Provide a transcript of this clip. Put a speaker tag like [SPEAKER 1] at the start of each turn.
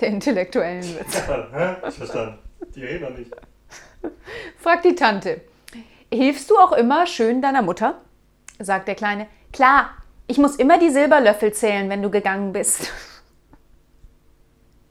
[SPEAKER 1] Der intellektuellen Witz.
[SPEAKER 2] Hä? Ich verstand. Die reden doch nicht.
[SPEAKER 1] Fragt die Tante. Hilfst du auch immer schön deiner Mutter? Sagt der Kleine. Klar, ich muss immer die Silberlöffel zählen, wenn du gegangen bist.